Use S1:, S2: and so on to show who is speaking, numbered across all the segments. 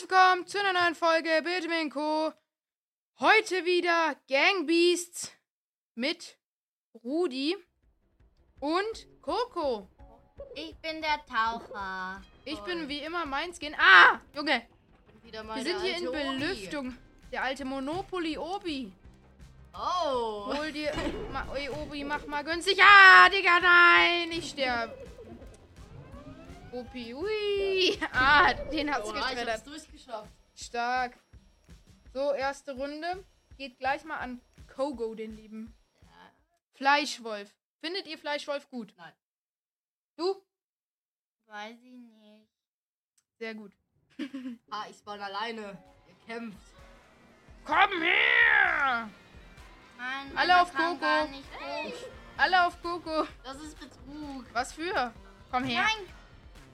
S1: willkommen zu einer neuen Folge Bitmin Co. Heute wieder Gangbeasts mit Rudi und Coco.
S2: Ich bin der Taucher.
S1: Ich bin wie immer mein Skin. Ah, Junge,
S2: Wieder mal
S1: wir
S2: der
S1: sind hier in
S2: alte Obi.
S1: Belüftung. Der alte Monopoly Obi.
S2: Oh.
S1: Hol dir. Ma, ey, Obi, mach mal günstig. Ah, Digga, nein, ich sterb. Opi, ui. Ah, den hat's
S2: Oha, ich hab's
S1: geschreddert.
S2: durchgeschafft.
S1: Stark. So, erste Runde. Geht gleich mal an Kogo, den lieben. Fleischwolf. Findet ihr Fleischwolf gut?
S2: Nein.
S1: Du?
S2: Weiß ich nicht.
S1: Sehr gut.
S2: Ah, ich spawn alleine. Ihr kämpft.
S1: Komm her!
S2: Mann,
S1: Alle
S2: man
S1: auf
S2: kann
S1: Coco.
S2: gar nicht hoch.
S1: Alle auf Kogo.
S2: Das ist Betrug.
S1: Was für? Komm her.
S2: Nein.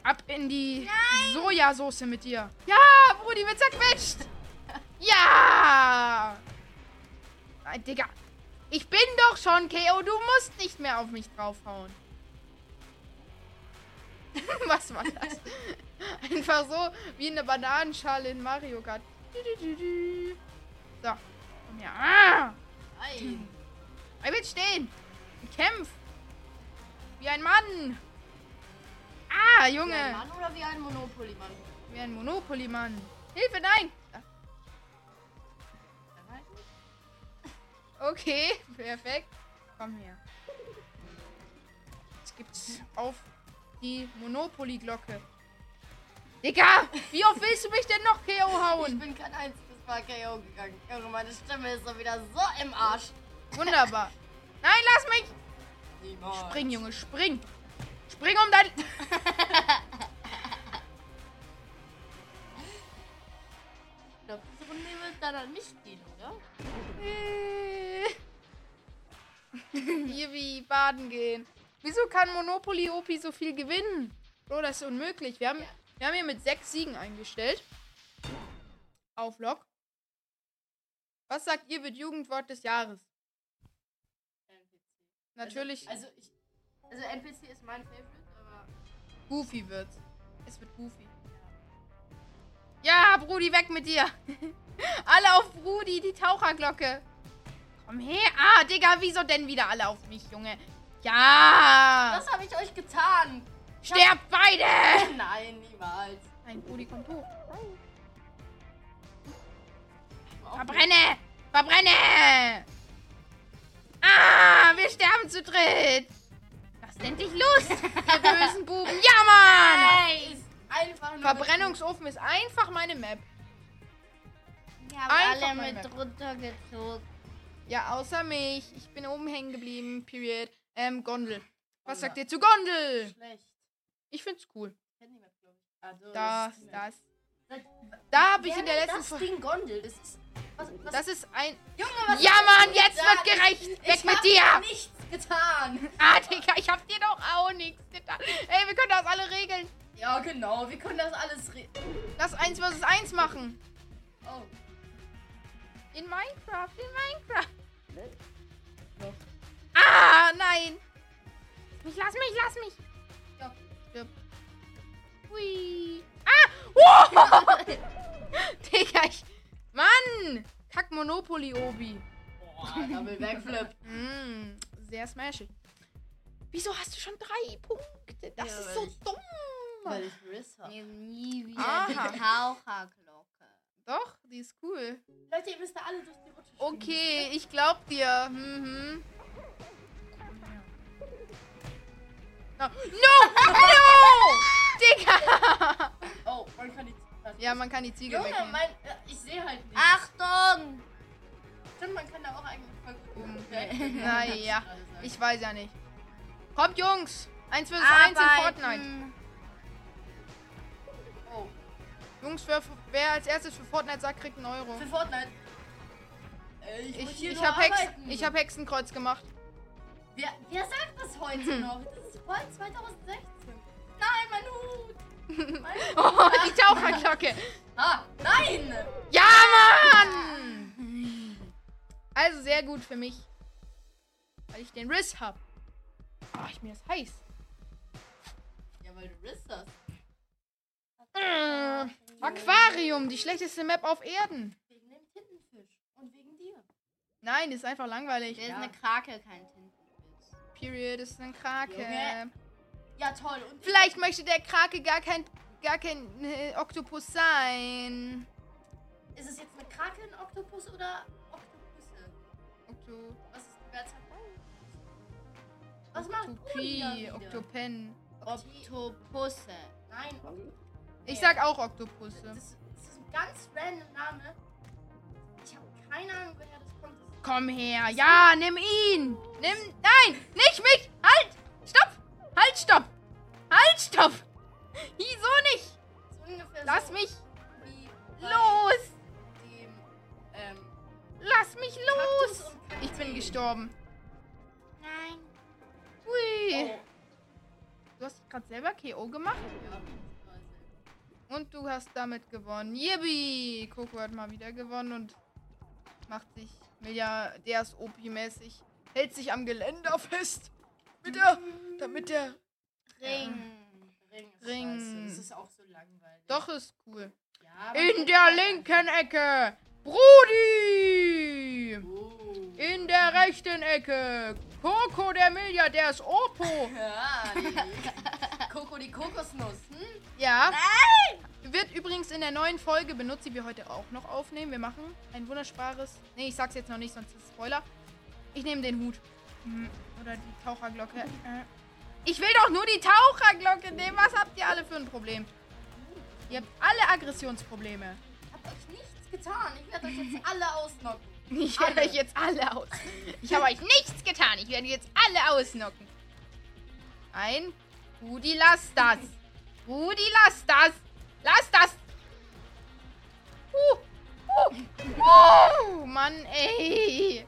S1: Ab in die Sojasauce mit dir. Ja, Brudi wird zerquetscht. ja. Nein, Äh, Digga. Ich bin doch schon KO. Du musst nicht mehr auf mich draufhauen. Was war das? Einfach so wie eine Bananenschale in Mario Kart. Dü-dü-dü-dü. So. Komm her. Ah.
S2: Nein.
S1: Ich will stehen. Kämpf. Wie ein Mann. Ah, Junge.
S2: Wie ein Mann oder wie ein Monopoly-Mann?
S1: Wie ein Monopoly-Mann. Hilfe, nein! Okay, perfekt. Komm her. Jetzt gibt's auf die Monopoly-Glocke. Digga, wie oft willst du mich denn noch KO
S2: Ich
S1: hauen?
S2: bin kein einziges Mal KO gegangen. Junge, meine Stimme ist doch wieder so im Arsch.
S1: Wunderbar. Nein, lass mich!
S2: Niemals.
S1: Spring, Junge, spring! Spring um dein...
S2: Ich glaub, diese Runde wird dann an mich gehen, oder?
S1: Äh. Hier wie baden gehen. Wieso kann Monopoly Opi so viel gewinnen? Bro, das ist unmöglich. Wir haben,
S2: Ja.
S1: wir haben hier mit sechs Siegen eingestellt. Auf Lok. Was sagt ihr, wird Jugendwort des Jahres? Natürlich
S2: Also, also ich. Also NPC ist mein Favorite, aber.
S1: Goofy wird's. Es wird Goofy. Ja, Brudi, weg mit dir. alle auf Brudi, die Taucherglocke. Komm her. Ah, Digga, wieso denn wieder alle auf mich, Junge? Ja.
S2: Was habe ich euch getan?
S1: Sterbt beide!
S2: Nein, niemals.
S1: Nein, Brudi, komm hoch.
S2: Auch
S1: Verbrenne! Verbrenne! Ah, wir sterben zu dritt! Was nennt dich los, ihr bösen Buben? Ja, Mann!
S2: Nein! Ist einfach nur
S1: Verbrennungsofen ist einfach meine Map.
S2: Mit,
S1: Einfach
S2: alle
S1: mal
S2: mit
S1: weg.
S2: runtergezogen.
S1: Ja, außer mich. Ich bin oben hängen geblieben, period. Ähm, Gondel. Was
S2: Gondel.
S1: sagt ihr zu Gondel?
S2: Schlecht.
S1: Ich find's cool.
S2: Handymap, glaube ich. Also,
S1: Das,
S2: ist die Map.
S1: das. Da hab ich
S2: Wer
S1: in der
S2: nennt
S1: letzten
S2: das
S1: Folge...
S2: Ding Gondel. Das ist. Was, was,
S1: Das ist ein...
S2: Junge, was
S1: Ja,
S2: hast du
S1: Mann, jetzt
S2: getan?
S1: wird gerecht.
S2: Ich
S1: Weg mit
S2: hab
S1: dir.
S2: nichts getan.
S1: Ah, Digga, ich hab dir doch auch nichts getan. Ey, wir können das alle regeln.
S2: Ja, genau. Wir können das alles. Re
S1: Lass 1 vs 1 machen.
S2: oh.
S1: In Minecraft, in Minecraft. Ah, nein. Ich lass mich, lass mich.
S2: Ja.
S1: Stirb. Hui. Ah! Oh! Digga, ich. Mann! Kack Monopoly Obi.
S2: Boah, Double Backflip.
S1: Mm, sehr smashig. Wieso hast du schon drei Punkte? Das
S2: Ja,
S1: ist
S2: weil
S1: so
S2: ich-
S1: dumm.
S2: Weil ich Riss hab.
S3: Nie wieder
S1: Aha.
S3: die Taucherglocke.
S1: Doch, die ist cool.
S2: Leute, ihr müsst da alle durch die Rutsche springen.
S1: Okay, ich glaub dir. Mhm. No, no! no! Digga!
S2: Oh, man kann die.
S1: Ja, man kann die Ziege
S2: Junge,
S1: wegnehmen.
S2: mein, äh, ich sehe halt
S1: Ah,
S2: nicht.
S3: Achtung!
S2: Stimmt, man kann da auch eigentlich voll gut
S1: Mhm.
S2: umgehen.
S1: Naja,
S2: ich
S1: ich weiß ja nicht. Kommt, Jungs! 1 vs 1 in Fortnite.
S3: Arbeiten.
S2: oh.
S1: Jungs, wer, wer als erstes für Fortnite sagt, kriegt einen Euro.
S2: für Fortnite. Äh, ich muss
S1: Ich,
S2: hier
S1: ich,
S2: nur
S1: hab, Hex,
S2: arbeiten.
S1: ich hab Hexenkreuz gemacht.
S2: Wer, wer sagt das
S1: Mhm.
S2: heute noch? Das ist voll 2016. Nein, mein Hut. Mein Hut.
S1: Oh, die Taucherglocke.
S2: Ah, nein.
S1: Ja, Mann! Also sehr gut für mich. Weil ich den Riss hab. Ach, ich mir ist heiß.
S2: Ja, weil du riss das.
S1: Mm. Aquarium, die schlechteste Map auf Erden.
S2: Wegen dem Tintenfisch. Und wegen dir.
S1: Nein, ist einfach langweilig.
S3: Das ist
S1: Ja.
S3: eine Krake, kein Tintenfisch.
S1: Period ist ein Krake.
S2: Junge. Ja, toll. Und
S1: Vielleicht möchte der Krake gar kein, gar kein äh, Oktopus sein.
S2: ist es jetzt eine Krake, ein Oktopus oder Oktopusse?
S1: Okto
S2: Was ist die Mehrzahl?
S1: Oh.
S2: Was macht Uli Ah, da
S1: Oktopi,
S2: wieder?
S1: Oktopen.
S2: Okti-
S3: Oktopusse.
S2: Nein, Okti-
S1: Ich
S2: Nee.
S1: sag auch Oktopusse.
S2: das, das ist ein ganz random Name. Ich habe keine Ahnung, woher das kommt. Das
S1: Komm her. Ja, nimm ihn. Nimm. Nein, nicht mich. Halt. Stopp. Halt, stopp. Halt, stopp. Wieso nicht?
S2: ist ungefähr
S1: Lass
S2: so
S1: mich
S2: wie bei
S1: los.
S2: dem ähm,
S1: Lass mich
S2: Kaktus
S1: los.
S2: und Kakteen.
S1: Ich bin gestorben.
S3: Nein.
S1: Hui.
S2: Oh,
S1: Du hast dich gerade selber KO gemacht
S2: ja.
S1: und du hast damit gewonnen. Yippie. Coco hat mal wieder gewonnen und macht sich Milliardärs-OP-mäßig. Hält sich am Geländer fest. Mit der, damit der
S3: Ring.
S2: Ring ist
S1: Ring.
S2: scheiße. Das ist auch so langweilig.
S1: Doch, ist cool.
S2: Ja, aber
S1: In
S2: guck
S1: der
S2: mal.
S1: linken Ecke Brudi.
S2: Oh.
S1: In der rechten Ecke Coco, der Milliardär ist Opo.
S2: Ja, die- Coco die Kokosnuss. Hm?
S1: Ja. Wird übrigens in der neuen Folge benutzt, die wir heute auch noch aufnehmen. Wir machen ein wunderbares. Nee, ich sag's jetzt noch nicht, sonst ist es Spoiler. Ich nehme den Hut. Mhm. Oder die Taucherglocke. Äh. Ich will doch nur die Taucherglocke nehmen. Was habt ihr alle für ein Problem? Ihr habt alle Aggressionsprobleme.
S2: Ich hab euch nichts getan. Ich werde euch jetzt alle ausnocken.
S1: Ich werde
S2: Alle.
S1: euch jetzt alle aus. Ich habe euch nichts getan. Ich werde jetzt alle ausnocken. Ein. Rudi, lass das. Rudi, lass das. Lass das. Uh, uh, uh, Mann, ey.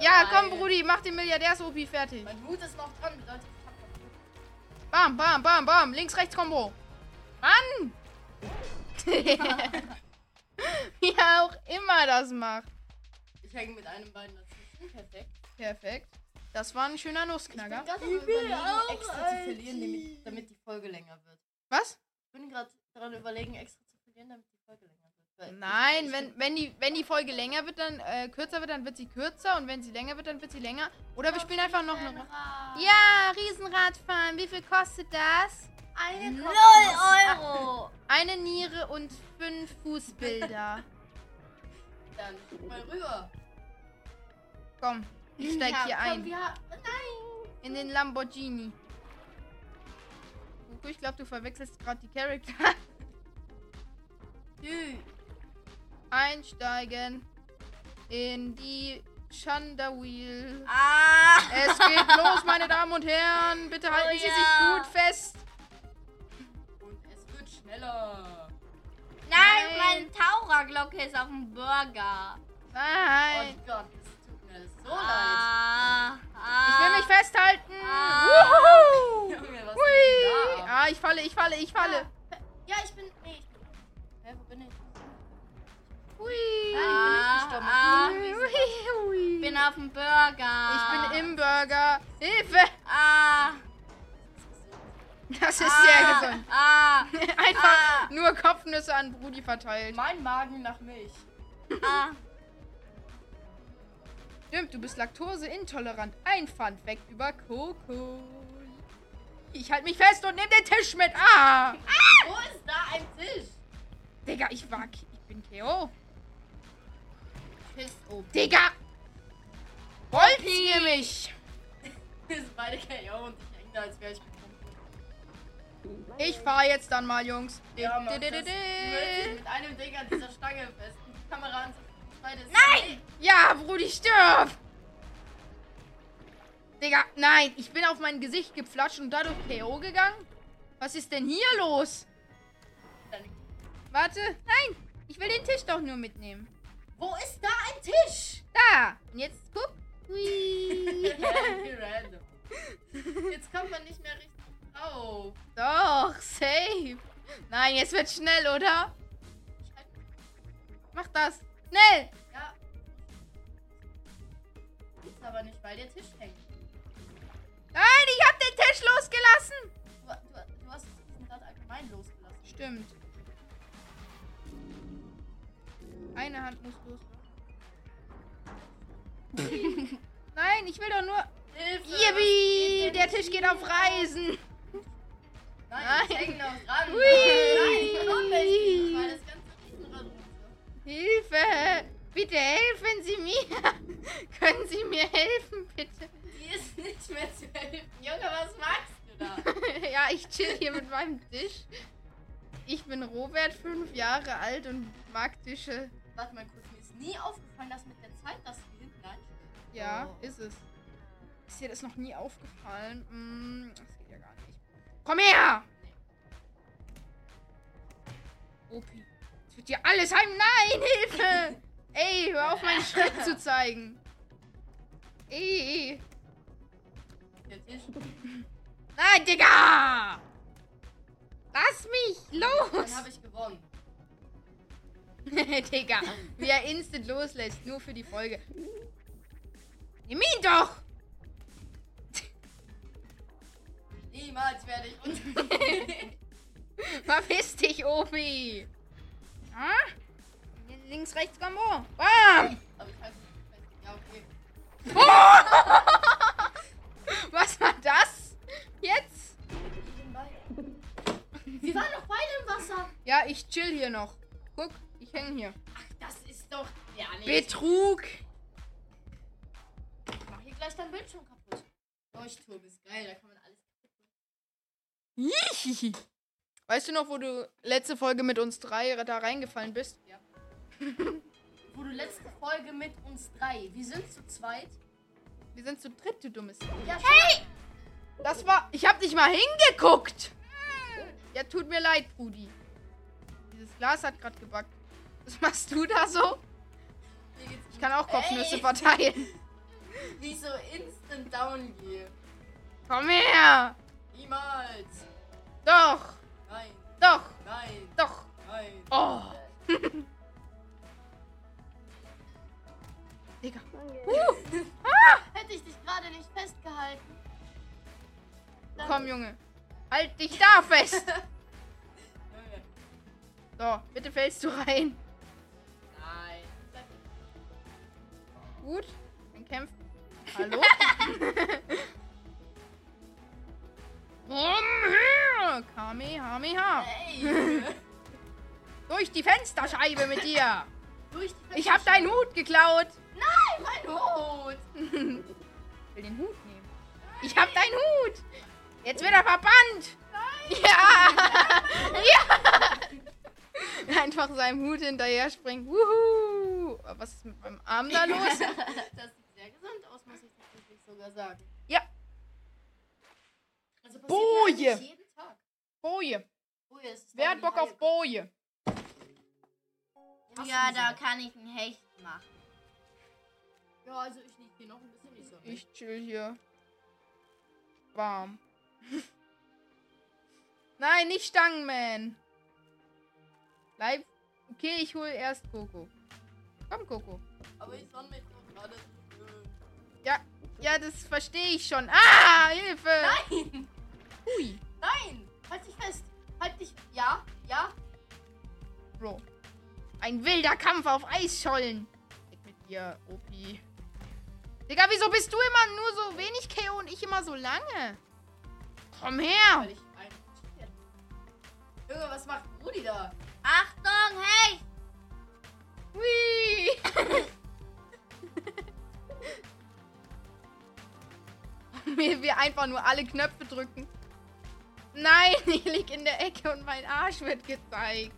S1: Ja, komm,
S2: Geil.
S1: Brudi, mach den Milliardärs-Opi fertig.
S2: Mein Hut ist noch dran, bedeutet, ich hab noch Glück.
S1: Bam, bam, bam, bam. Links-rechts-Kombo. Mann! Wie er auch immer das macht.
S2: Ich hänge mit einem Bein dazwischen. Perfekt.
S1: Perfekt. Das war ein schöner Nussknacker.
S2: Ich bin
S3: Ich
S2: gerade
S3: will
S2: daran überlegen, um
S3: auch
S2: extra zu
S3: ein
S2: verlieren,
S3: Tier.
S2: damit, damit die Folge länger wird.
S1: Was?
S2: Ich bin gerade daran überlegen, extra zu verlieren, damit die Folge länger wird. Weil ich-
S1: Nein,
S2: ich-
S1: wenn, wenn, die, wenn die Folge länger wird, dann äh, kürzer wird, dann wird sie kürzer und wenn sie länger wird, dann wird sie länger. Oder wir spielen einfach noch eine Runde.
S2: Ja.
S1: Ja, Riesenradfahren. Wie viel kostet das?
S2: Eine
S3: Null
S2: Kopfnuss.
S3: Euro.
S1: Eine Niere und fünf Fußbilder.
S2: Dann guck mal rüber.
S1: Komm, ich steig
S2: Ja,
S1: hier
S2: komm,
S1: ein.
S2: Wir, nein.
S1: In den Lamborghini. Guck, ich glaube, du verwechselst gerade die Charakter.
S2: Tschüss.
S1: Einsteigen in die Chandawheel.
S3: Ah.
S1: Es geht los, meine Damen und Herren. Bitte halten Sie
S3: ja.
S1: sich gut fest.
S2: Und es wird schneller.
S1: Nein.
S3: Nein, meine Taucherglocke ist auf dem Burger.
S1: Nein.
S2: Oh Gott, es tut mir so
S3: Ah, ah,
S1: Oh, Ich will mich festhalten.
S3: Ah.
S1: Wuhu.
S2: leid. Junge, was
S1: Hui.
S2: geht denn da ab?
S1: Ah, ich falle, ich falle, ich falle.
S3: Ah.
S2: Ja, ich bin. Nee, ich bin. Hä, wo bin ich?
S1: Hui.
S2: Nein, ich bin nicht gestorben.
S3: Ah,
S2: Ich bin
S1: Hui,
S2: nicht gestorben.
S1: hui, hui.
S3: Ich bin Ah. auf dem Burger.
S1: Ich bin im Burger. Hilfe.
S3: Ah,
S1: Das ist
S3: ah,
S1: sehr gesund.
S3: Ah,
S1: Einfach nur Kopfnüsse an Brudi verteilt.
S2: Mein Magen nach Milch.
S3: ah.
S1: Stimmt, du bist laktoseintolerant. Ein Funfact über Coco. Ich halte mich fest und nehme den Tisch mit. Ah.
S2: Wo ist da ein Tisch?
S1: Digga, ich war... Ich bin K.O.
S3: Tschüss, Opa.
S1: Digga! Wollt ihr mich?
S2: Wir sind beide KO und ich hänge da, als wäre ich betrunken.
S1: Ich fahr jetzt dann mal, Jungs.
S2: Ja, mach das. Du hältst dich
S1: Didididi.
S2: mit einem Ding an dieser Stange fest. Die Kamera an sich. Beides. Nein!
S1: Ja, Brudi, stirb! Digga, nein, ich bin auf mein Gesicht geflatscht und dadurch K.O. gegangen? Was ist denn hier los? Warte, nein, ich will den Tisch doch nur mitnehmen.
S2: Wo ist da ein Tisch?
S1: Da, und jetzt guck. Hui.
S2: Wie random. Jetzt kommt man nicht mehr richtig drauf.
S1: doch, safe. Nein, jetzt wird schnell, oder? Mach das. Schnell!
S2: Ja. Ist aber nicht, weil der Tisch hängt.
S1: Nein, ich hab den Tisch losgelassen!
S2: Du, du, du hast diesen Satz allgemein losgelassen.
S1: Stimmt. Eine Hand muss los. Nein, ich will doch nur.
S2: Hilfe! was
S1: Yippie!
S2: geht denn
S1: Der Tisch geht auf
S2: hier?
S1: Reisen!
S2: Nein,
S1: Nein.
S2: ich häng noch dran.
S1: Ui.
S2: Nein, komm, ich bin das ganze Riesenrad runter.
S1: Hilfe! Bitte helfen Sie mir! Können Sie mir helfen, bitte?
S2: Die ist nicht mehr zu helfen. Junge, was machst du da?
S1: ja, ich chill hier mit meinem Tisch. Ich bin Robert, fünf Jahre alt und mag Tische.
S2: Warte mal kurz, mir ist nie aufgefallen, dass mit der Zeit, dass wir hinten anstehen.
S1: Ja,
S2: Oh.
S1: ist es. Ist dir das noch nie aufgefallen? Mm, das geht ja gar nicht. Komm her! Opi. Es wird dir alles heim. Nein, Hilfe! Ey, hör auf, meinen Schritt zu zeigen. Ey, ey.
S2: Der Tisch.
S1: Nein, Digga! Lass mich
S2: Dann
S1: los!
S2: habe ich gewonnen.
S1: Digga, wie er instant loslässt, nur für die Folge. Nimm ihn doch!
S2: Niemals werde ich untergehen.
S1: Verpiss dich, Opi! Ah? Links, rechts, Gambo! Bam!
S2: Aber ich weiß nicht, ja, okay.
S1: Was war das? Jetzt?
S2: Ich bin bei. Wir waren noch beide im Wasser.
S1: Ja, ich chill hier noch. Guck, ich häng hier.
S2: Ach, das ist doch. Ja, nee.
S1: Betrug!
S2: Ich mach hier gleich dein Bildschirm kaputt. Leuchtturm ist geil, da kann man alles.
S1: Weißt du noch, wo du letzte Folge mit uns drei da reingefallen bist?
S2: Wo du letzte Folge mit uns drei. Wir sind zu zweit.
S1: Wir sind zu dritt, du dummes.
S2: Ja, hey!
S1: Das war. Ich hab nicht mal hingeguckt! Ja, tut mir leid, Brudi. Dieses Glas hat grad gebackt. Was machst du da so? Ich kann auch Kopfnüsse verteilen.
S2: Wie ich so instant down gehe.
S1: Komm her!
S2: Niemals.
S1: Doch!
S2: Nein,
S1: Doch!
S2: nein,
S1: Doch!
S2: nein.
S1: Oh! Digga. Uh,
S2: Hätte ich dich gerade nicht festgehalten. Dann-
S1: komm, Junge. Halt dich da fest!
S2: Junge.
S1: So, bitte fällst du rein.
S2: Nein. Bleib
S1: Gut. Dann kämpfen. Hallo? Komm her! Kamehameha!
S2: Hey!
S1: Durch die Fensterscheibe mit dir!
S2: Durch die
S1: Ich hab deinen Hut geklaut!
S2: Nein, mein Hut!
S1: Ich will den Hut nehmen. Ich hab deinen Hut! Jetzt wird er verbannt! Nein! Ja! ja! Einfach seinem Hut hinterher springen. Wuhu! Aber Was ist mit meinem Arm da los?
S2: Das sieht sehr gesund aus, muss ich tatsächlich sogar sagen.
S1: Ja.
S2: Also passiert
S1: Boje.
S2: mir eigentlich jeden Tag.
S1: Boje.
S2: Boje es ist
S1: Wer
S2: dann
S1: hat
S2: die
S1: Bock auf
S2: Reihe.
S1: Boje?
S2: Hast du
S3: Ja,
S2: diese-
S3: da kann ich einen Hecht machen.
S2: Ja, also ich liege hier noch ein bisschen nicht so.
S1: Ich chill hier. Warm. Nein, nicht Stangenman. Bleib. Okay, ich hol erst Coco. Komm, Coco.
S2: Aber ich sonne mich doch gerade so schön.
S1: Ja, das verstehe ich schon. Ah, Hilfe!
S2: Nein!
S1: Ui.
S2: Nein! Halt dich fest! Halt dich. Ja, ja.
S1: Bro. Ein wilder Kampf auf Eisschollen. Weg mit dir, Opi. Digga, wieso bist du immer nur so wenig KO und ich immer so lange? Komm her.
S2: Weil ich ein. Junge, was macht Rudi da?
S3: Achtung, Hecht!
S1: Hui. Wir, wir einfach nur alle Knöpfe drücken. Nein, ich lieg in der Ecke und mein Arsch wird gezeigt.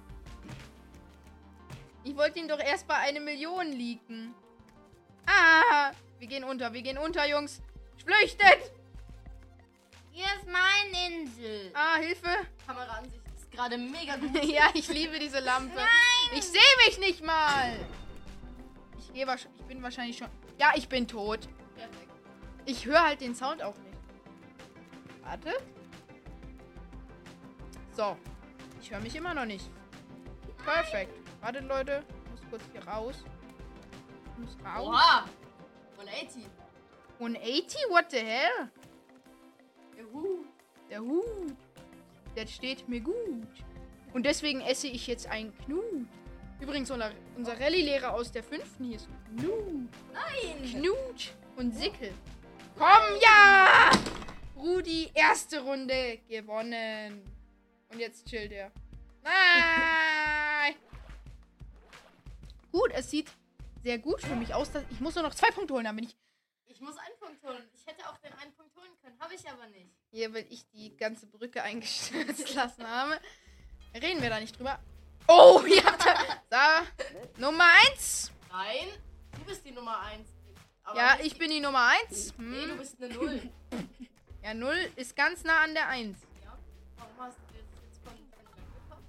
S1: Ich wollte ihn doch erst bei eine Million liegen. Ah, wir gehen unter, wir gehen unter, Jungs. Flüchtet!
S3: Hier ist meine Insel.
S1: Ah, Hilfe.
S2: Kameraansicht ist gerade mega gut.
S1: ja, ich liebe diese Lampe. Ich sehe mich nicht mal. Ich, geh wahrsch- ich bin wahrscheinlich schon... Ja, ich bin tot.
S2: Perfekt.
S1: Ich höre halt den Sound auch nicht. Warte. So. Ich höre mich immer noch nicht. Perfekt. Wartet, Leute. Ich muss kurz hier raus. Ich muss raus.
S2: Oha! 180.
S1: 180? What the hell?
S2: Juhu.
S1: Der Hut. Der steht mir gut. Und deswegen esse ich jetzt einen Knut. Übrigens, unser, unser Rallye-Lehrer aus der fünften hieß Knut.
S2: Nein!
S1: Knutsch und Sickel. Komm, ja! Rudi, erste Runde gewonnen. Und jetzt chillt er. Nein! gut, es sieht sehr gut für mich aus. dass- Ich muss nur noch zwei Punkte holen, dann bin ich.
S2: Ich muss einen Punkt holen. Ich hätte auch den einen Punkt holen können. Habe ich aber nicht.
S1: Hier, weil ich die ganze Brücke eingestürzt lassen habe. Reden wir da nicht drüber. Oh, ihr habt da. So, Nummer eins.
S2: Nein, du bist die Nummer 1.
S1: Ja, ich bin die Nummer eins.
S2: Nee, du
S1: Hm.
S2: bist eine Null.
S1: Ja, null ist ganz nah an der eins.
S2: ja. Warum hast du jetzt, jetzt von von weggekommen?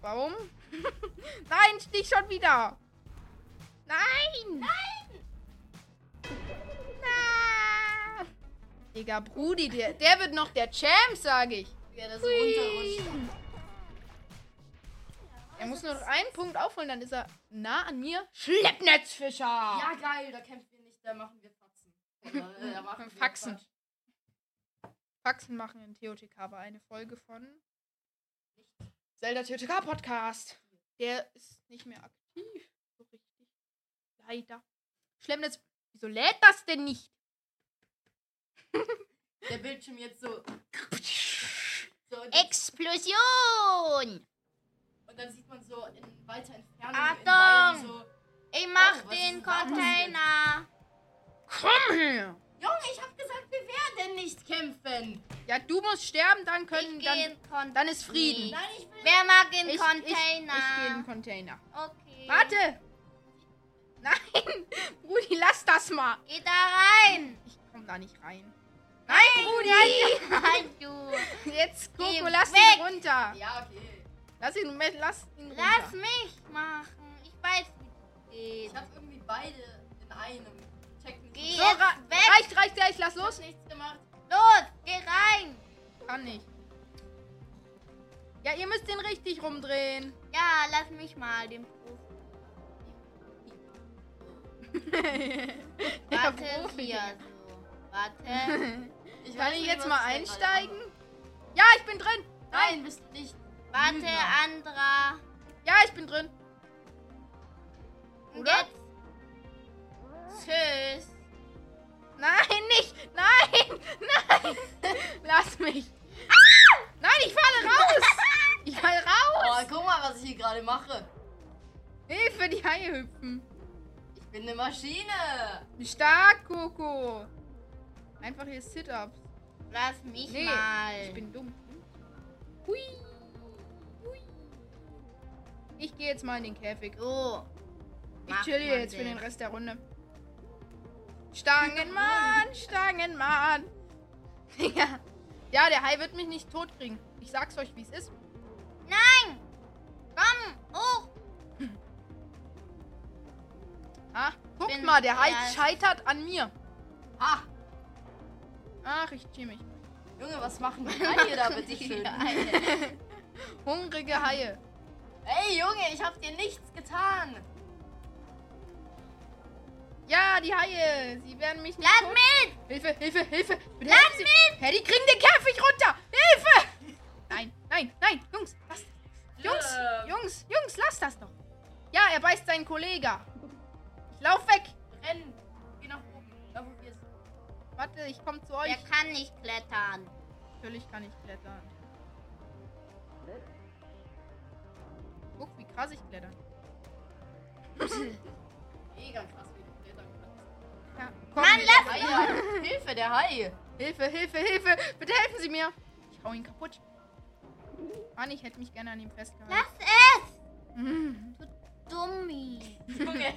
S1: Warum? Nein, nicht schon wieder. Nein. Nein. Na. Digga, Brudi, der, der wird noch der Champ, sage ich.
S2: Ja, das runterrutscht.
S1: Er muss nur noch einen Punkt aufholen, dann ist er nah an mir. Schleppnetzfischer.
S2: Ja, geil, da kämpfen wir nicht, da machen wir Faxen. Oder, äh, da machen wir
S1: Faxen.
S2: Quatsch.
S1: Faxen machen in TOTK war eine Folge von Zelda TOTK Podcast. Der ist nicht mehr aktiv. So richtig. Leider. Schleppnetz. Wieso lädt das denn nicht?
S2: Der Bildschirm jetzt so. so und-
S3: Explosion!
S2: Und dann sieht man so in weiter Entfernung in Bayern
S3: Achtung!
S2: so.
S3: Ich mach
S2: Oh, was
S3: den
S2: ist da
S3: Container.
S1: Komm her!
S2: Junge, ich hab gesagt, wir werden nicht kämpfen.
S1: Ja, du musst sterben, dann können.
S3: ich geh
S1: Dann,
S3: in Container.
S1: dann ist Frieden.
S2: Nein, ich will.
S3: Wer mag den
S1: ich, ich, ich gehe in den
S3: Container?
S1: Container.
S3: okay.
S1: Warte! Nein! Rudi, lass das mal!
S3: Geh da rein.
S1: Ich komm da nicht rein. Nein, Rudi!
S3: Nein, du.
S1: Jetzt,
S3: Geh
S1: Coco, lass
S3: weg.
S1: ihn runter!
S2: Ja, okay.
S1: Lass ihn, mit- lass ihn runter.
S3: Lass mich machen. Ich weiß, wie es
S2: Ich
S3: geht.
S2: hab irgendwie beide in einem. Check nicht.
S3: Geh
S2: Ich
S1: so,
S3: jetzt
S1: ra
S3: weg.
S1: reicht, reicht, gleich, lass
S2: hab
S1: los.
S2: nichts gemacht.
S3: Los, geh rein.
S1: Kann nicht. Ja, ihr müsst den richtig rumdrehen.
S3: Ja, lass mich mal den Profi. Warte hier so. Warte.
S2: Ich
S1: Kann
S2: weiß
S1: ich
S2: nicht,
S1: jetzt
S2: was
S1: mal
S2: ich da gerade
S1: einsteigen?
S2: mache.
S1: Ja, ich bin drin.
S2: Nein, bist du nicht.
S3: Warte,
S2: Lügner.
S3: Andra.
S1: Ja, ich bin drin.
S3: Und
S1: Oder?
S3: Jetzt. Tschüss.
S1: Nein, nicht. Nein, nein. Lass mich. Nein, ich falle raus. Ich falle
S2: Oh,
S1: raus.
S2: guck mal, was ich hier gerade mache.
S1: Hilfe, die Haie hüpfen.
S2: Ich bin eine Maschine.
S1: Stark, Coco. Einfach hier Sit-Ups.
S3: Lass mich
S1: Nee,
S3: mal.
S1: Ich bin dumm. Hui. Hui. Ich gehe jetzt mal in den Käfig. Oh.
S3: so.
S1: Ich
S3: Macht
S1: chill hier
S3: man
S1: jetzt für
S3: denn?
S1: den Rest der Runde. Stangenmann, Stangenmann. Ja. ja, der Hai wird mich nicht totkriegen. Ich sag's euch, wie es ist.
S3: Nein! Komm, hoch!
S1: Ah, guckt
S3: Bin-
S1: mal, der Hai
S3: ja.
S1: scheitert an mir.
S2: Ha!
S1: Ach, ich chill mich.
S2: Junge, was machen die Haie da bitte schön?
S1: Hungrige Haie.
S2: Ey, Junge, ich hab dir nichts getan.
S1: Ja, die Haie. Sie werden mich nicht.
S3: Lass
S1: tot-
S3: mich!
S1: Hilfe, Hilfe, Hilfe! Bitte Lass mich! Hä, die kriegen den Käfig runter! Hilfe! Nein, nein, nein, Jungs, lasst Jungs,
S2: Ähm.
S1: Jungs, Jungs, lasst das doch! Ja, er beißt seinen Kollegen. Ich lauf weg!
S2: Renn. Geh nach oben. Da wo wir sind.
S1: Warte, ich komm zu euch.
S3: Der kann nicht klettern.
S1: Natürlich kann ich klettern. Guck, wie krass ich klettern.
S2: Mega krass, wie du klettern kannst.
S1: Ja, komm,
S3: Mann,
S1: Hilfe.
S3: lass mich!
S2: Haie. Hilfe, der Hai.
S1: Hilfe, Hilfe, Hilfe! Bitte helfen Sie mir! Ich hau ihn kaputt. Mann, ich hätte mich gerne an ihm festgehalten.
S3: Lass es!
S1: Mhm.
S3: Dummi!
S2: Junge.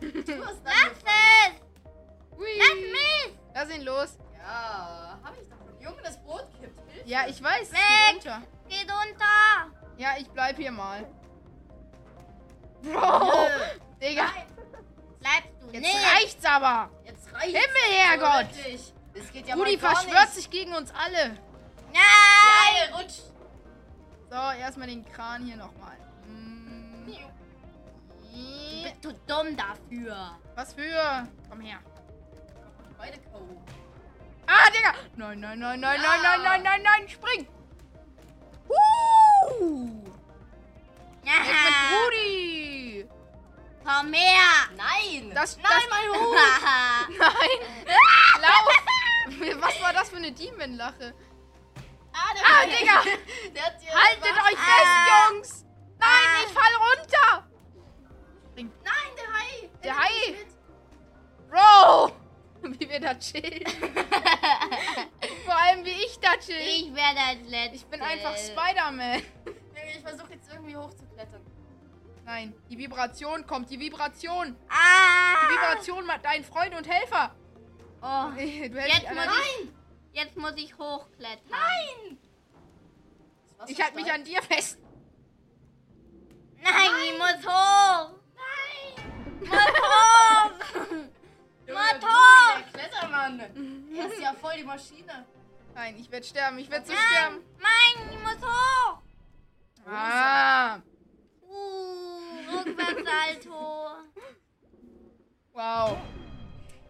S2: Du hast
S3: Lass
S2: angefangen.
S3: es!
S1: Hui.
S3: Lass mich!
S1: Lass ihn los.
S2: Ja, hab ich davon. Junge, das Brot kippt. Hilfe.
S1: Ja, ich weiß.
S3: Weg.
S1: geht Runter.
S3: Geh runter!
S1: Ja, ich bleib hier mal. Bro! Digga,
S2: Nein,
S3: Bleibst du
S1: jetzt
S3: nicht!
S1: reicht's aber!
S2: jetzt reicht's.
S1: Himmel, Herrgott!
S2: So, wirklich. Es geht ja
S1: Rudi
S2: mal gar
S1: verschwört
S2: nicht.
S1: sich gegen uns alle.
S3: Nein!
S2: Geil, rutsch.
S1: So, erstmal den Kran hier nochmal. Mm.
S3: Du bist zu dumm dafür.
S1: Was für? Komm her.
S2: Beide K.O.
S1: Ah, Digga! Nein, nein, nein, nein,
S2: Ja.
S1: nein, nein, nein, nein, nein, spring! Huh! Weg mit Brudi!
S3: Komm her!
S2: Nein!
S1: Das-
S2: Nein,
S1: das-
S2: mein Hut!
S3: Haha.
S1: Nein! Lauf! Was war das für eine Demon-Lache?
S2: Ah, der
S1: Ah, Digga!
S2: Der hat dir
S1: Haltet
S2: was-
S1: euch fest, Jungs! Nein,
S3: Ah.
S1: ich fall runter!
S2: Nein, der Hai!
S1: Der
S2: nimmt
S1: Hai.
S2: mich mit.
S1: Bro! Wie wir da chillen. Vor allem wie ich da chill.
S3: Ich werde als letztes.
S1: Ich bin einfach Spider-Man.
S2: Junge, Ich versuche jetzt irgendwie hochzuklettern.
S1: Nein, die Vibration kommt, die Vibration. Die
S3: Ah!
S1: Vibration macht dein Freund und Helfer.
S3: Oh.
S1: Du hältst
S3: Jetzt
S1: dich
S3: muss,
S1: an
S3: ich,
S1: der-
S3: jetzt muss ich hochklettern. Nein!
S2: Was
S1: Ich
S2: für
S1: halte mich
S2: Stolz.
S1: an dir fest.
S3: Nein, ich muss hoch! Nein! Muss hoch!
S1: Junge,
S3: Motor!
S2: Der Klettermann! Er ist ja voll die Maschine.
S1: Nein, ich werde sterben, ich werde so
S3: Nein!
S1: sterben.
S3: Nein, ich muss hoch!
S1: Ah,
S3: Uh, Rückwärtssalto.
S1: wow.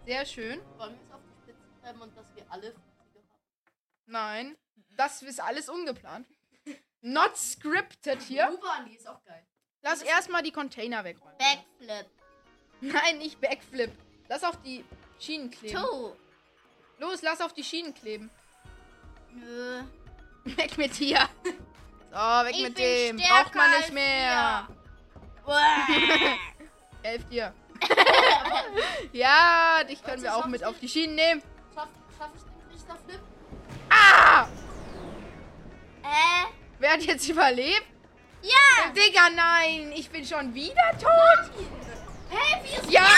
S1: Sehr schön.
S2: Wollen wir uns auf die Spitze treiben und dass wir alle Flugzeuge haben?
S1: Nein, das ist alles ungeplant. Not scripted hier.
S2: U-Bahn, die ist auch geil.
S1: Lass erstmal die Container wegräumen.
S3: Backflip.
S1: Nein, nicht Backflip. Lass auf die Schienen kleben.
S3: Two.
S1: Los, lass auf die Schienen kleben.
S3: Nö.
S1: Weg mit dir. So, weg
S3: Ich
S1: mit
S3: bin
S1: dem.
S3: stärker
S1: Braucht man
S3: als
S1: nicht mehr.
S3: Uah.
S1: Helft dir. ja, dich können wir auch mit auf die Schienen nehmen.
S2: Schaff, schaff ich den Richterflip?
S3: äh?
S1: Wer hat jetzt überlebt?
S3: Ja!
S1: Digga, nein. Ich bin schon wieder tot.
S2: Hey, wie ist
S1: Ja.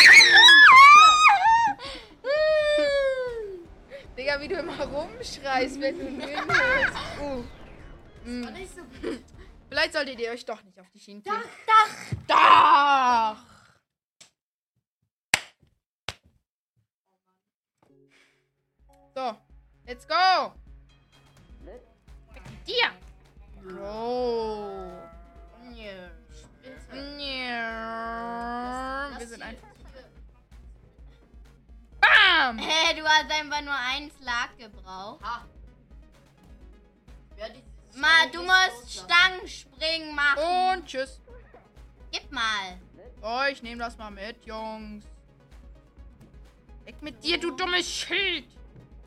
S1: Digga, wie du immer rumschreist, wenn du müde bist. Uh.
S2: das? Nicht so gut.
S1: Vielleicht solltet ihr euch doch nicht auf die Schienen kleben. Dach. So, let's go. Dir. Bro.
S2: Bitte.
S1: Ah, Wir
S2: Das
S1: sind
S2: hier-
S1: einfach. Bam!
S3: Äh, du hast einfach nur einen Schlag gebraucht.
S2: Ha. Wer die
S3: Ma, du
S2: Stange
S3: musst
S2: loslassen.
S3: Stangenspringen machen.
S1: Und tschüss.
S3: Gib mal.
S1: Oh, ich nehme das mal mit, Jungs. Weg mit dir, du dummes Schild.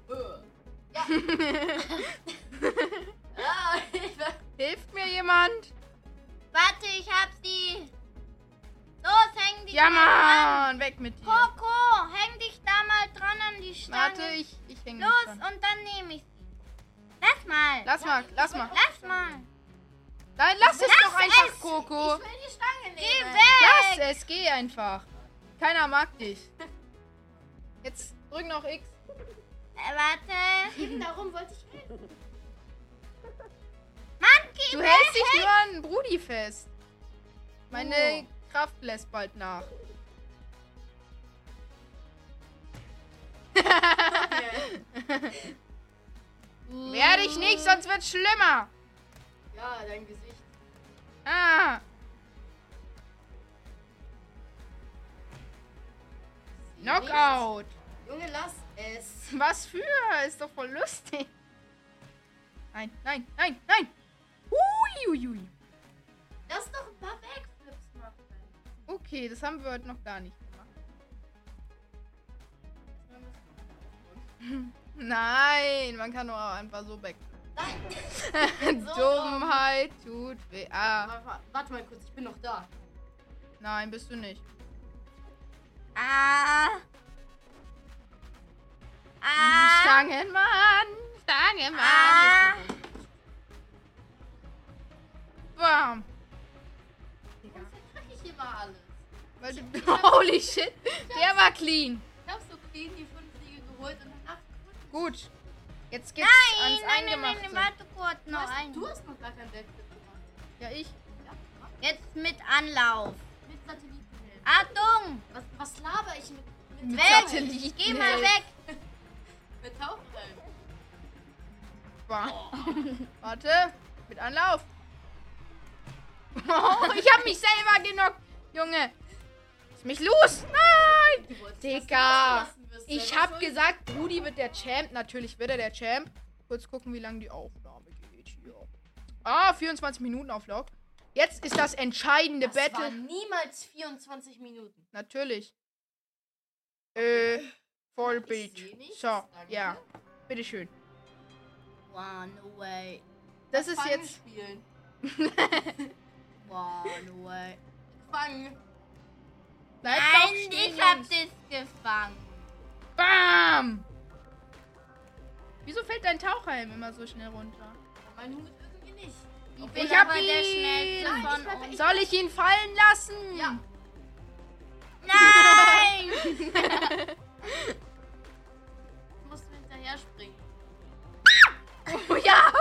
S2: Äh. Ja. ah, ich war.
S1: Hilft mir jemand?
S3: Warte, ich hab sie. Los, häng dich
S1: Ja,
S3: mal dran.
S1: Mann. Weg mit dir.
S3: Coco, häng dich da mal dran an die Stange.
S1: Warte, ich, ich hänge
S3: Los, oh, und dann nehme ich sie. Lass mal.
S1: Lass mal, lass mal.
S3: Lass mal.
S1: Nein, lass es
S3: Lass
S1: doch einfach,
S3: es.
S1: Coco.
S2: Ich will die Stange
S3: Geh
S2: nehmen.
S3: weg.
S1: Lass es, geh einfach. Keiner mag dich. Jetzt drück noch X.
S3: Äh, warte.
S2: Eben darum wollte ich reden.
S3: Mann, geh
S1: Du
S3: weg.
S1: hältst dich nur an Brudi fest. Meine
S3: Oh.
S1: Kraft lässt bald nach.
S3: Mm.
S1: Werde ich nicht, sonst wird's schlimmer.
S2: Ja, dein Gesicht.
S1: Ah. Knockout.
S2: Junge, lass es.
S1: Was für? Ist doch voll lustig. Nein, nein, nein, nein. Uiuiui.
S2: Lass doch ein paar Backflips machen.
S1: Okay, das haben wir heute noch gar nicht gemacht. Nein, man kann nur einfach so weg.
S2: Nein, so
S1: Dummheit tut weh. Ah,
S2: Warte, warte mal kurz, ich bin noch da.
S1: nein, bist du nicht.
S3: Ah. Ah.
S1: Stangenmann, Stangenmann.
S3: Ah.
S1: Bam.
S2: Und verkacke ich immer alles.
S1: Weil du- Holy shit, der war clean.
S2: Ich hab so clean die fünf Siege geholt und dann acht Kunden.
S1: Gut. Jetzt geht's ans
S3: Nein, nein, nein,
S1: Eingemachte.
S3: nein, warte kurz
S2: Du,
S3: noch
S2: hast-
S3: ein.
S2: du hast noch gar keinen Backflip gemacht.
S1: Ja, ich.
S2: Ja, mach.
S3: Jetzt mit Anlauf.
S2: mit Satellitenhelm.
S3: Achtung!
S2: Was, was laber ich mit, mit,
S1: Mit
S3: Weg!
S1: Satelliten.
S3: Geh mal weg!
S2: mit Tauchhelm?
S1: Bam. Warte, mit Anlauf. Oh, ich hab mich selber genockt. Junge, lass mich los. Nein.
S2: Du wolltest
S1: Digga,
S2: das nicht ausgelassen wissen.
S1: Ich
S2: Was
S1: hab
S2: soll
S1: gesagt, Brudi wird der Champ. Natürlich wird er der Champ. Kurz gucken, wie lange die Aufnahme geht hier. Ah, 24 Minuten auf Log. Jetzt ist das entscheidende
S2: Das
S1: Battle.
S2: waren niemals 24 Minuten.
S1: Natürlich. Äh, Fall
S2: Ich
S1: Beach.
S2: seh nichts,
S1: So,
S2: danke.
S1: ja. Bitteschön.
S2: Wow, no way.
S1: Das ist
S2: Gefangen
S1: jetzt.
S2: Spielen. wow, no way. Gefangen.
S1: Bleib doch
S3: Nein,
S1: stehen,
S3: ich hab
S1: Jungs.
S3: das gefangen.
S1: Bam! Wieso fällt dein Taucherhelm immer so schnell runter?
S2: Mein Hut irgendwie nicht.
S3: Ich
S2: Obwohl
S3: bin
S1: hab
S3: aber der
S1: ihn.
S3: schnellste
S1: Nein,
S2: ich
S3: von
S2: bleib-
S3: uns.
S1: Soll ich ihn fallen lassen?
S2: Ja.
S3: Nein!
S2: musst du hinterher springen.
S1: Oh, ja!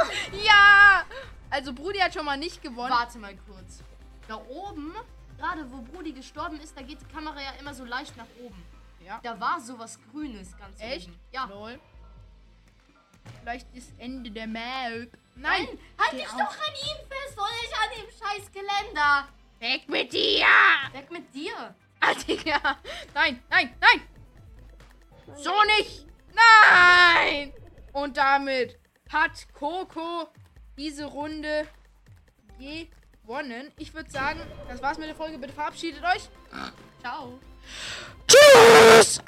S1: Ja! Also Brudi hat schon mal nicht gewonnen.
S2: Warte mal kurz. Da oben, gerade wo Brudi gestorben ist, da geht die Kamera ja immer so leicht nach oben.
S1: Ja.
S2: Da war sowas Grünes ganz
S1: Echt?
S2: oben. Ja.
S1: Lol. Vielleicht ist Ende der Map.
S2: Nein,
S1: Nein!
S2: halt
S1: Geh
S2: dich
S1: auf.
S2: doch an ihm fest und nicht an dem scheiß Geländer.
S1: Weg mit dir!
S2: Weg mit dir.
S1: Ah, Digga. Nein, nein, nein! So nicht! Nein! Und damit hat Coco diese Runde gewonnen. Ich würde sagen, das war's mit der Folge. Bitte verabschiedet euch.
S2: Ciao.
S1: Tschüss!